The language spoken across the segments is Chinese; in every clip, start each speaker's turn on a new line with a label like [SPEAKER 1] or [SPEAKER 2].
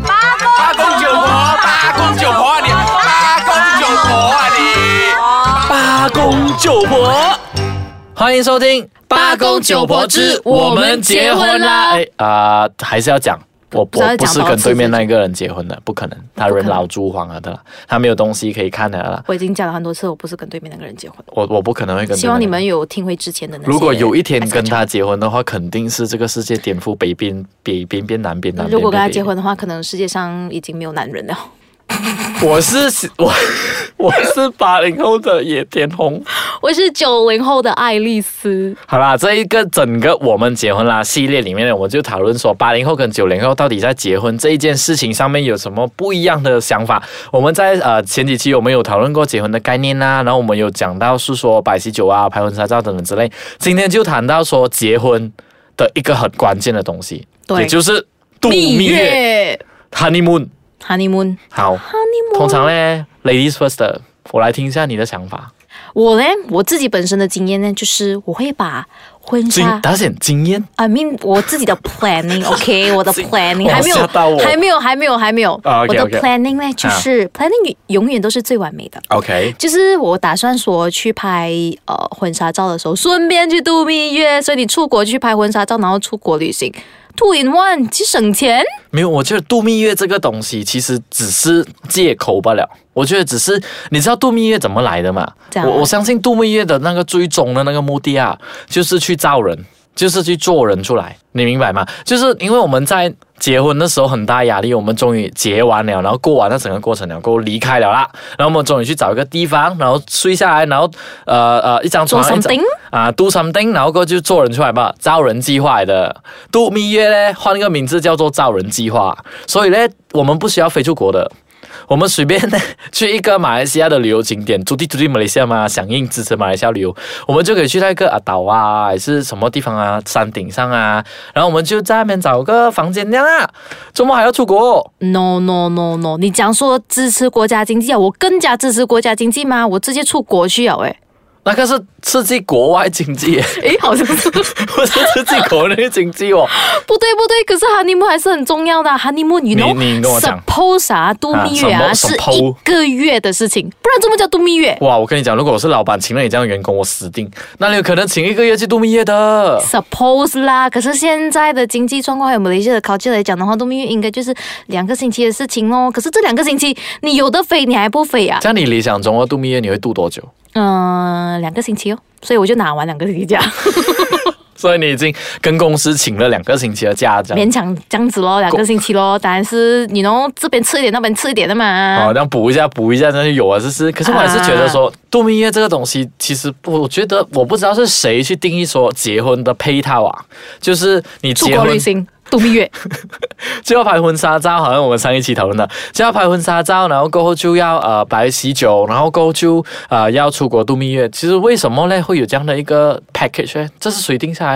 [SPEAKER 1] 八公九婆，八公九婆啊你，八公九婆啊你，八公九婆。
[SPEAKER 2] 欢迎收听《
[SPEAKER 3] 八公九婆之我们结婚啦
[SPEAKER 2] 哎啊、还是要讲，我
[SPEAKER 3] 不是要
[SPEAKER 2] 我不
[SPEAKER 3] 讲
[SPEAKER 2] 是
[SPEAKER 3] 保
[SPEAKER 2] 跟
[SPEAKER 3] 持
[SPEAKER 2] 对面
[SPEAKER 3] 自己
[SPEAKER 2] 那个人结婚的，不可能，他人老珠黄了的啦，他没有东西可以看的啦。
[SPEAKER 3] 我已经讲了很多次，我不是跟对面那个人结婚。
[SPEAKER 2] 我我不可能会跟。
[SPEAKER 3] 希望你们。有听回之前的那些。
[SPEAKER 2] 如果有一天跟，他结婚的话，肯定是这个世界颠覆北边北边变南边南边。
[SPEAKER 3] 如果跟他
[SPEAKER 2] 北边
[SPEAKER 3] 结婚的话，可能世界上已经没有男 人了。
[SPEAKER 2] 我是我我是八零后的野田红。
[SPEAKER 3] 我是九零后的爱丽丝，
[SPEAKER 2] 好啦，这一个整个我们结婚啦系列里面呢，我就讨论说八零后跟九零后到底在结婚这一件事情上面有什么不一样的想法。我们在呃前几期我们有讨论过结婚的概念啦、然后我们有讲到是说摆喜酒啊、拍婚纱照等等之类。今天就谈到说结婚的一个很关键的东西，
[SPEAKER 3] 对
[SPEAKER 2] 也就是度蜜月
[SPEAKER 3] 月
[SPEAKER 2] honeymoon。
[SPEAKER 3] honeymoon
[SPEAKER 2] 好，通
[SPEAKER 3] honeymoon。
[SPEAKER 2] 常呢，ladies first 的，我来听一下你的想法。
[SPEAKER 3] 我呢，我自己本身的经验呢，就是我会把婚
[SPEAKER 2] 经
[SPEAKER 3] 纱。
[SPEAKER 2] 打显经验
[SPEAKER 3] I mean，我自己的 planning，OK，、我的 planning
[SPEAKER 2] 哇
[SPEAKER 3] 还没有
[SPEAKER 2] 吓到我，
[SPEAKER 3] 还没有，还没有，还没有。
[SPEAKER 2] 啊
[SPEAKER 3] 我
[SPEAKER 2] ，OK，OK
[SPEAKER 3] 的 planning 呢，就是、planning 永远都是最完美的。
[SPEAKER 2] ，OK，
[SPEAKER 3] 就是我打算说去拍呃婚纱照的时候，顺便去度蜜月，所以你出国去拍婚纱照，然后出国旅行，two in one，既省钱。
[SPEAKER 2] 没有，我觉得度蜜月这个东西其实只是借口罢了。我觉得只是你知道度蜜月怎么来的嘛？
[SPEAKER 3] 这样啊
[SPEAKER 2] 我我相信度蜜月的那个最终的那个目的啊，就是去造人，就是去做人出来，你明白吗？就是因为我们在结婚的时候很大压力，我们终于结完了，然后过完了整个过程了，过后离开了啦，然后我们终于去找一个地方，然后睡下来，然后呃呃一张
[SPEAKER 3] 做
[SPEAKER 2] 床一张
[SPEAKER 3] something
[SPEAKER 2] 啊，do something，然后过后就做人出来吧，招人计划来的。度蜜月呢，换一个名字叫做招人计划。所以呢，我们不需要飞出国的，我们随便呢 去一个马来西亚的旅游景点，驻地驻地马来西亚嘛，响应支持马来西亚旅游，我们就可以去那个啊岛啊，还是什么地方啊，山顶上啊，然后我们就在那边找个房间这样啊，周末还要出国。
[SPEAKER 3] No no no no，你讲说支持国家经济啊，我更加支持国家经济吗？我直接出国去了哎、
[SPEAKER 2] 那个是刺激国外经济，
[SPEAKER 3] 诶，好像是不
[SPEAKER 2] 不是刺激国内经济哦。
[SPEAKER 3] 对不对，可是 honeymoon 还是很重要的啊，honeymoon
[SPEAKER 2] 你
[SPEAKER 3] you know
[SPEAKER 2] 你跟我讲
[SPEAKER 3] suppose 啊，度蜜月啊
[SPEAKER 2] 啊什么
[SPEAKER 3] 是一
[SPEAKER 2] suppose
[SPEAKER 3] 个月的事情，不然怎么叫度蜜月
[SPEAKER 2] 哇，我跟你讲，如果我是老板，请了你这样的员工，我死定。那你有可能请一个月去度蜜月的。
[SPEAKER 3] ？Suppose 啦，可是现在的经济状况还有马来西亚的 culture 来讲的话，度蜜月应该就是两个星期的事情哦。可是这两个星期你有的飞，你还不飞啊？
[SPEAKER 2] 像你理想中的度蜜月，你会度多久？
[SPEAKER 3] 嗯、两个星 期哦，所以我就拿完两个星期假，
[SPEAKER 2] 所以你已经跟公司请了两个星期的假，这样。
[SPEAKER 3] 勉强这样 子咯，两个星期咯。当然是你 you know, 这边吃一点，那边吃一点的嘛
[SPEAKER 2] 哦好，。这样补一下，补一下，那就有了，这是。可是我还是觉得说，度蜜月这个东西，其实不我觉得我不知道是谁去定义说结婚的配套啊，就是你
[SPEAKER 3] 出
[SPEAKER 2] 结
[SPEAKER 3] 国
[SPEAKER 2] 婚
[SPEAKER 3] 旅行，度蜜月，
[SPEAKER 2] 就要拍婚纱照，好像我们上一期讨论的，就要拍婚纱照，然后过后就要呃摆喜酒，然后过后就呃要出国度蜜月。其实为什么呢？会有这样的一个 package？呢这是谁定下来？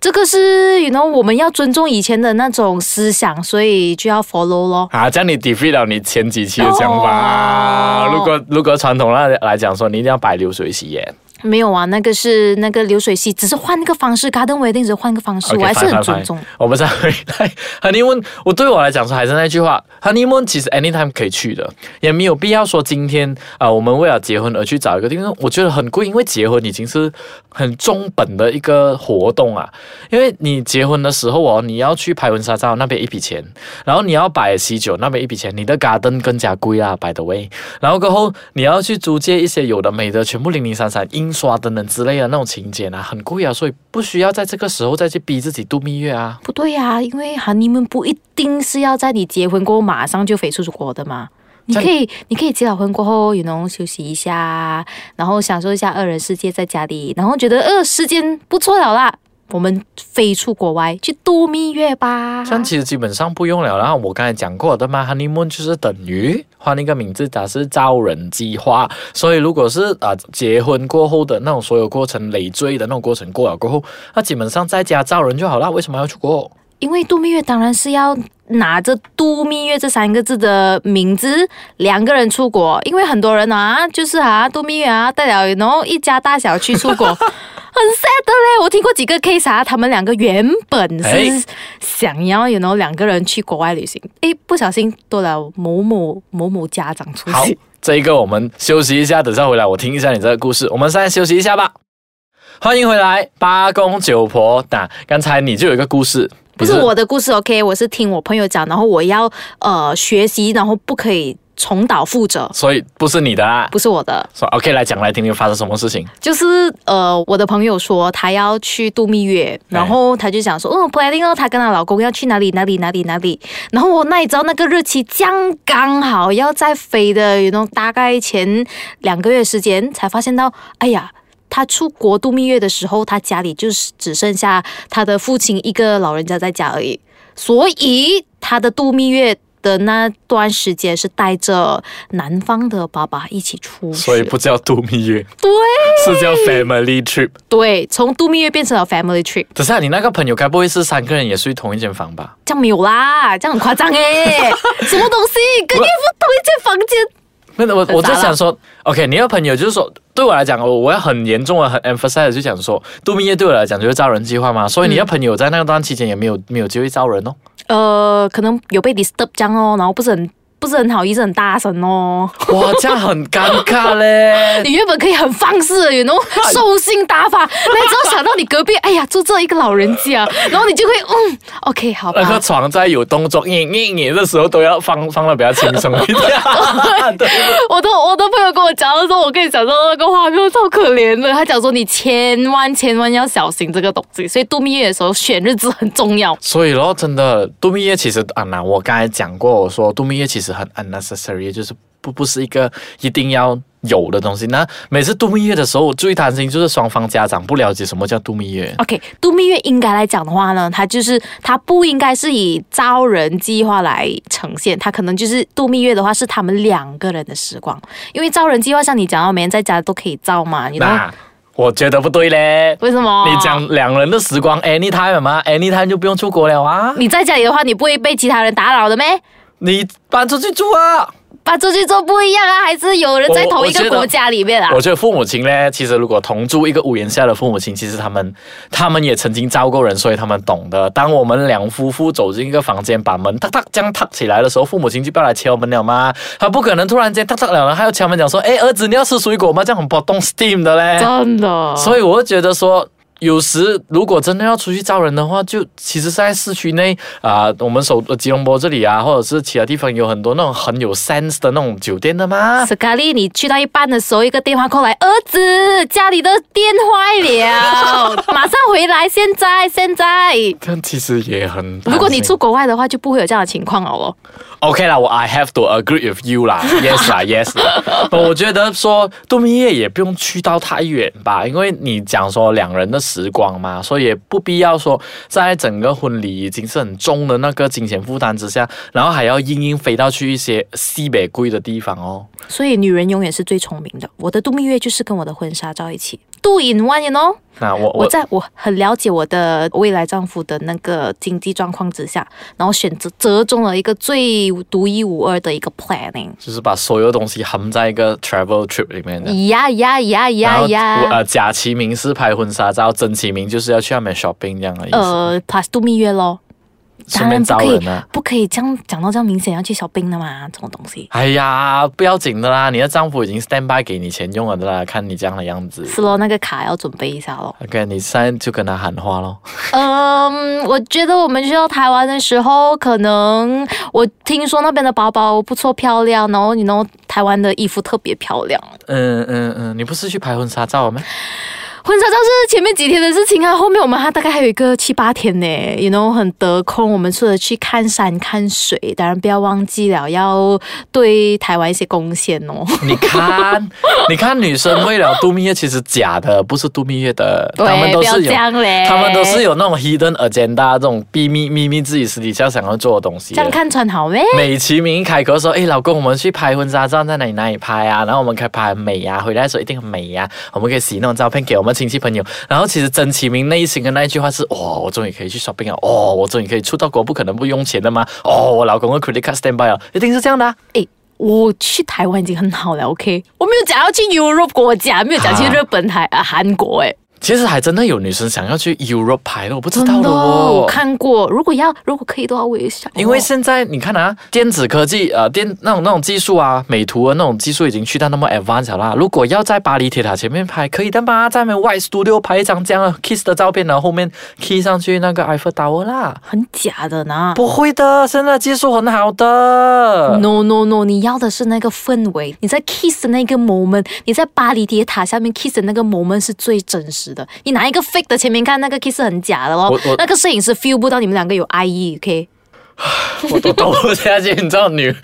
[SPEAKER 3] 这个是 you know 我们要尊重以前的那种思想，所以就要 follow 咯。
[SPEAKER 2] 啊，这样你 defeat 了你前几期的想法。
[SPEAKER 3] 哦
[SPEAKER 2] 如果如果传统来来讲说，你一定要摆流水席耶。
[SPEAKER 3] 没有啊，那个是那个流水席，只是换一个方式，garden wedding 只是换一个方式
[SPEAKER 2] OK，
[SPEAKER 3] 我还是
[SPEAKER 2] fine，
[SPEAKER 3] 很
[SPEAKER 2] fine，
[SPEAKER 3] 尊
[SPEAKER 2] fine
[SPEAKER 3] 重。
[SPEAKER 2] 我们再回来 honeymoon，我对我来讲说还是那句话，honeymoon 其实 anytime 可以去的，也没有必要说今天啊、呃我们为了结婚而去找一个地方，我觉得很贵，因为结婚已经是很中本的一个活动啊。因为你结婚的时候哦，你要去拍婚纱照那边一笔钱，然后你要摆喜酒那边一笔钱，你的 garden 更加贵啦，by 啊 the way。然后过后你要去租借一些有的没的，全部零零散散、印刷等等之类的那种情节啊，很贵啊，所以不需要在这个时候再去逼自己度蜜月啊。
[SPEAKER 3] 不对呀、因为 honeymoon 不一定是要在你结婚过后马上就飞出国的嘛。你
[SPEAKER 2] 这
[SPEAKER 3] 可
[SPEAKER 2] 样
[SPEAKER 3] 以，你可以结了婚过后，you know 休息一下，然后享受一下二人世界，在家里，然后觉得呃时间不错了啦，我们飞出国外去度蜜月吧。
[SPEAKER 2] 这样其实基本上不用了。然后我刚才讲过的嘛，honeymoon 就是等于换一个名字，它是招人计划。所以如果是啊、结婚过后的那种所有过程累赘的那种过程过了过后，那基本上在家招人就好了。为什么要出国？
[SPEAKER 3] 因为度蜜月当然是要拿着“度蜜月”这三个字的名字，两个人 出国。因为很多人啊，就是啊，度蜜月啊，代表然后一家大小去出国。很 sad 的嘞。我听过几个 case 啊，他们两个原本
[SPEAKER 2] 哎
[SPEAKER 3] 是想要，you know，两个人去国外旅行，诶，不小心多了某某某某家长 出
[SPEAKER 2] 好
[SPEAKER 3] 席。，
[SPEAKER 2] 这一个我们休息一下，等下回来我听一下你这个故事。我们现在休息一下吧。欢迎回来，八公九婆。那刚才你就有一个故事，
[SPEAKER 3] 不是我的故事，OK，我是听我朋友讲，然后我要呃学习，然后不可以重蹈覆辙，
[SPEAKER 2] 所以不是你的啊。
[SPEAKER 3] 不是我的，
[SPEAKER 2] 说 OK，来讲来听听发生什么事情。
[SPEAKER 3] 就是呃我的朋友说她要去度蜜月，
[SPEAKER 2] 哎
[SPEAKER 3] 然后她就想说，嗯，planning 哦，她跟她老公要去哪里哪里哪里哪里，然后我那一招那个日期将刚好要在飞的，然后大概前两个月时间才发现到，哎呀。她出国度蜜月的时候，她家里就是只剩下她的父亲一个老人家在家而已。所以他的度蜜月的那段时间是带着男方的爸爸一起出去，
[SPEAKER 2] 所以不叫度蜜 月，
[SPEAKER 3] 对
[SPEAKER 2] 是叫 family trip。
[SPEAKER 3] 对，从度蜜月变成了 family trip，
[SPEAKER 2] 等下你那个朋友该不会是三个人也睡同一间房吧？
[SPEAKER 3] 这样没有啦，这样很夸张诶，什么东西跟岳父同一间房间？
[SPEAKER 2] 那我
[SPEAKER 3] 很
[SPEAKER 2] 我就
[SPEAKER 3] 杂啦
[SPEAKER 2] 想说，OK，你的朋友就是说，对我来讲，我我要很严重的很 emphasize 就讲说，度蜜月对我来讲就是招人计划嘛，所以你
[SPEAKER 3] 嗯
[SPEAKER 2] 的朋友在那段期间也没有没有机会招人哦。
[SPEAKER 3] 呃，可能有被 disturb 这样哦，然后不是很不是很好意思，很大声哦。
[SPEAKER 2] 哇，这样很尴尬 嘞。
[SPEAKER 3] 你原本可以很放肆的，you know，兽性大发，没只要想到你隔壁，哎呀，住这一个老人家， 然后你就会嗯，OK，好吧
[SPEAKER 2] 那，个床在有动作，你你你的时候都要放放的比较轻松一点。 对，
[SPEAKER 3] 我的我的朋友跟我讲的时候，我跟你讲到那个画面，超可怜的。他讲说你千万千万要小心这个东西，所以度蜜月的时候选日子很重要。
[SPEAKER 2] 所以咯，真的度蜜月其实啊，那我刚才讲过，我说度蜜月其实很 unnecessary，就是不不是一个一定要有的东西。那每次度蜜月的时候，我最担心就是双方家长不了解什么叫度蜜月。
[SPEAKER 3] OK，度蜜月应该来讲的话呢，它就是它不应该是以招人计划来呈现，它可能就是度蜜月的话是他们两个人的时光，因为招人计划像你讲到，每人在家都可以招嘛，你懂
[SPEAKER 2] 那我觉得不对嘞。
[SPEAKER 3] 为什么？
[SPEAKER 2] 你讲两人的时光 anytime 嘛，anytime 就不用出国了啊，
[SPEAKER 3] 你在家里的话，你不会被其他人打扰的咩？
[SPEAKER 2] 你搬出去住啊。
[SPEAKER 3] 搬出去做不一样啊，还是有人在
[SPEAKER 2] 我
[SPEAKER 3] 同一
[SPEAKER 2] 我
[SPEAKER 3] 个
[SPEAKER 2] 觉得
[SPEAKER 3] 国家里面啊？
[SPEAKER 2] 我觉得父母亲呢，其实如果同住一个屋檐下的父母亲，其实他们他们也曾经招过人，所以他们懂得。当我们两夫妇走进一个房间，把门哒哒这样踏起来的时候，父母亲就不要来敲门了吗？他不可能突然间哒哒了，然后还要敲门讲说：“哎，儿子，你要吃水果吗？”这样很波动 steam 的嘞。
[SPEAKER 3] 真的，
[SPEAKER 2] 所以我会觉得说，有时如果真的要出去招人的话，就其实是在市区内啊、我们首吉隆坡这里啊，或者是其他地方有很多那种很有 sense 的那种酒店的嘛。
[SPEAKER 3] 斯卡利，你去到一半的时候，一个电话过来，儿子，家里的电坏 了，马上回来，现在，现在。
[SPEAKER 2] 但其实也很担心，
[SPEAKER 3] 如果你出国外的话，就不会有这样的情况了哦。
[SPEAKER 2] OK 啦，我 I have to agree with you 啦，Yes 啦，Yes 啦。我觉得说度蜜月也不用去到太远吧，因为你讲说两人的时光嘛，所以也不必要说在整个婚礼已经是很重的那个金钱负担之下，然后还要硬硬飞到去一些西北贵的地方哦。
[SPEAKER 3] 所以女人永远是最聪明的。我的度蜜月就是跟我的婚纱照一起度 in one，you know。
[SPEAKER 2] 那我
[SPEAKER 3] 我
[SPEAKER 2] 我
[SPEAKER 3] 在我很了解我的未来丈夫的那个经济状况之下，然后选择折中了一个最独一无二的一个 planning。
[SPEAKER 2] 就是把所有东西含在一个 travel trip 里面的。
[SPEAKER 3] 呀呀呀
[SPEAKER 2] 嗯然
[SPEAKER 3] 呀
[SPEAKER 2] 后我
[SPEAKER 3] 呀！
[SPEAKER 2] 呃，假其名是拍婚纱照，真其名就是要去外面 shopping 这样的意思，
[SPEAKER 3] 呃，plus 度蜜月咯。
[SPEAKER 2] 顺便招人啊。
[SPEAKER 3] 不可以这样讲到这样明显要去小兵的嘛，这种东西。
[SPEAKER 2] 哎呀，不要紧的啦，你的丈夫已经 stand by 给你钱用了的啦，看你这样的样子。
[SPEAKER 3] 是咯，那个卡要准备一下咯。
[SPEAKER 2] OK，你现在就跟他喊话咯。
[SPEAKER 3] 嗯，我觉得我们去到台湾的时候，可能我听说那边的包包不错漂亮，然后你know 台湾的衣服特别漂亮。
[SPEAKER 2] 嗯嗯嗯，你不是去拍婚纱照了吗？
[SPEAKER 3] 婚纱照是前面几天的事情啊，后面我们还大概还有一个七八天呢，you know 很得空。我们除了去看山看水，当然不要忘记了要对台湾一些贡献 哦。
[SPEAKER 2] 你看，你看，女生为了度蜜月，其实假的，不是度蜜月的，
[SPEAKER 3] 对
[SPEAKER 2] 他们都
[SPEAKER 3] 不要
[SPEAKER 2] 是
[SPEAKER 3] 这
[SPEAKER 2] 有，
[SPEAKER 3] 样哎嘞
[SPEAKER 2] 他们都是有那种 hidden agenda 这种秘密秘密自己私底下想要做的东西
[SPEAKER 3] 这
[SPEAKER 2] 的。
[SPEAKER 3] 样看穿好咩？
[SPEAKER 2] 美其名开口说：“哎，老公，我们去拍婚纱照，在哪里哪里拍啊？然后我们可以拍很美呀、回来啊的时候一定很美呀、我们可以洗那种照片给我们亲戚朋友。然后其实真其名内心的那一句话是：哦，我终于可以去 shopping 了，哦，我终于可以出到国，不可能不用钱的嘛。哦，我老公的 credit card stand by 了，一定是这样的、啊。
[SPEAKER 3] 哎，我去台湾已经很好了，OK？我没有讲要去 Europe 国家，没有讲去
[SPEAKER 2] 啊
[SPEAKER 3] 日本、台、啊、韩国，哎，
[SPEAKER 2] 其实还真的有女生想要去 Europe 拍的，我不知道
[SPEAKER 3] 真的，
[SPEAKER 2] 哦。
[SPEAKER 3] 我看过。如果要，如果可以的话，我也想。哦
[SPEAKER 2] 因为现在你看啊，电子科技呃电那种那种技术啊，美图啊那种技术已经去到那么 advanced 了啦。如果要在巴黎铁塔前面拍，可以的嘛，在那边 White Studio 拍一张这样的 kiss 的照片，然后后面 key 上去那个 Eiffel Tower 啦。
[SPEAKER 3] 很假的呢。
[SPEAKER 2] 不会的，现在技术很好的。
[SPEAKER 3] No no no！你要的是那个氛围，你在 kiss 的那个 moment，你在巴黎铁塔下面 kiss 的那个 moment 是最真实的。你拿一个 fake 的前面看，那个 kiss 很假的哦
[SPEAKER 2] 我我。
[SPEAKER 3] 那个摄影师 feel 不到你们两个有爱意，OK？
[SPEAKER 2] 我都抖不下去，你知道女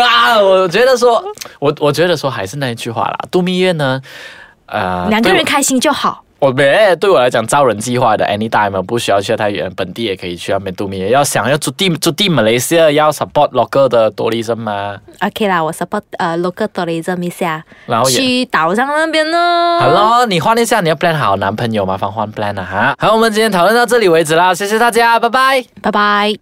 [SPEAKER 2] 啊？我觉得说，我我觉得说还是那一句话啦，度蜜月呢，呃，
[SPEAKER 3] 两个
[SPEAKER 2] 对
[SPEAKER 3] 人开心就好。
[SPEAKER 2] 我没对我来讲，招人计划的 anytime 不需要去太远，本地也可以去那边度蜜月。要想要住地住地马来西亚，要 support local 的多利生嘛，
[SPEAKER 3] OK 啦，我 support 呃 local tourism 一下，
[SPEAKER 2] 然后也
[SPEAKER 3] 去岛上那边呢。
[SPEAKER 2] 好咯，你换一下你的 plan 好，男朋友麻烦换 plan 啊哈。好，我们今天讨论到这里为止啦，谢谢大家，拜拜。
[SPEAKER 3] 拜拜。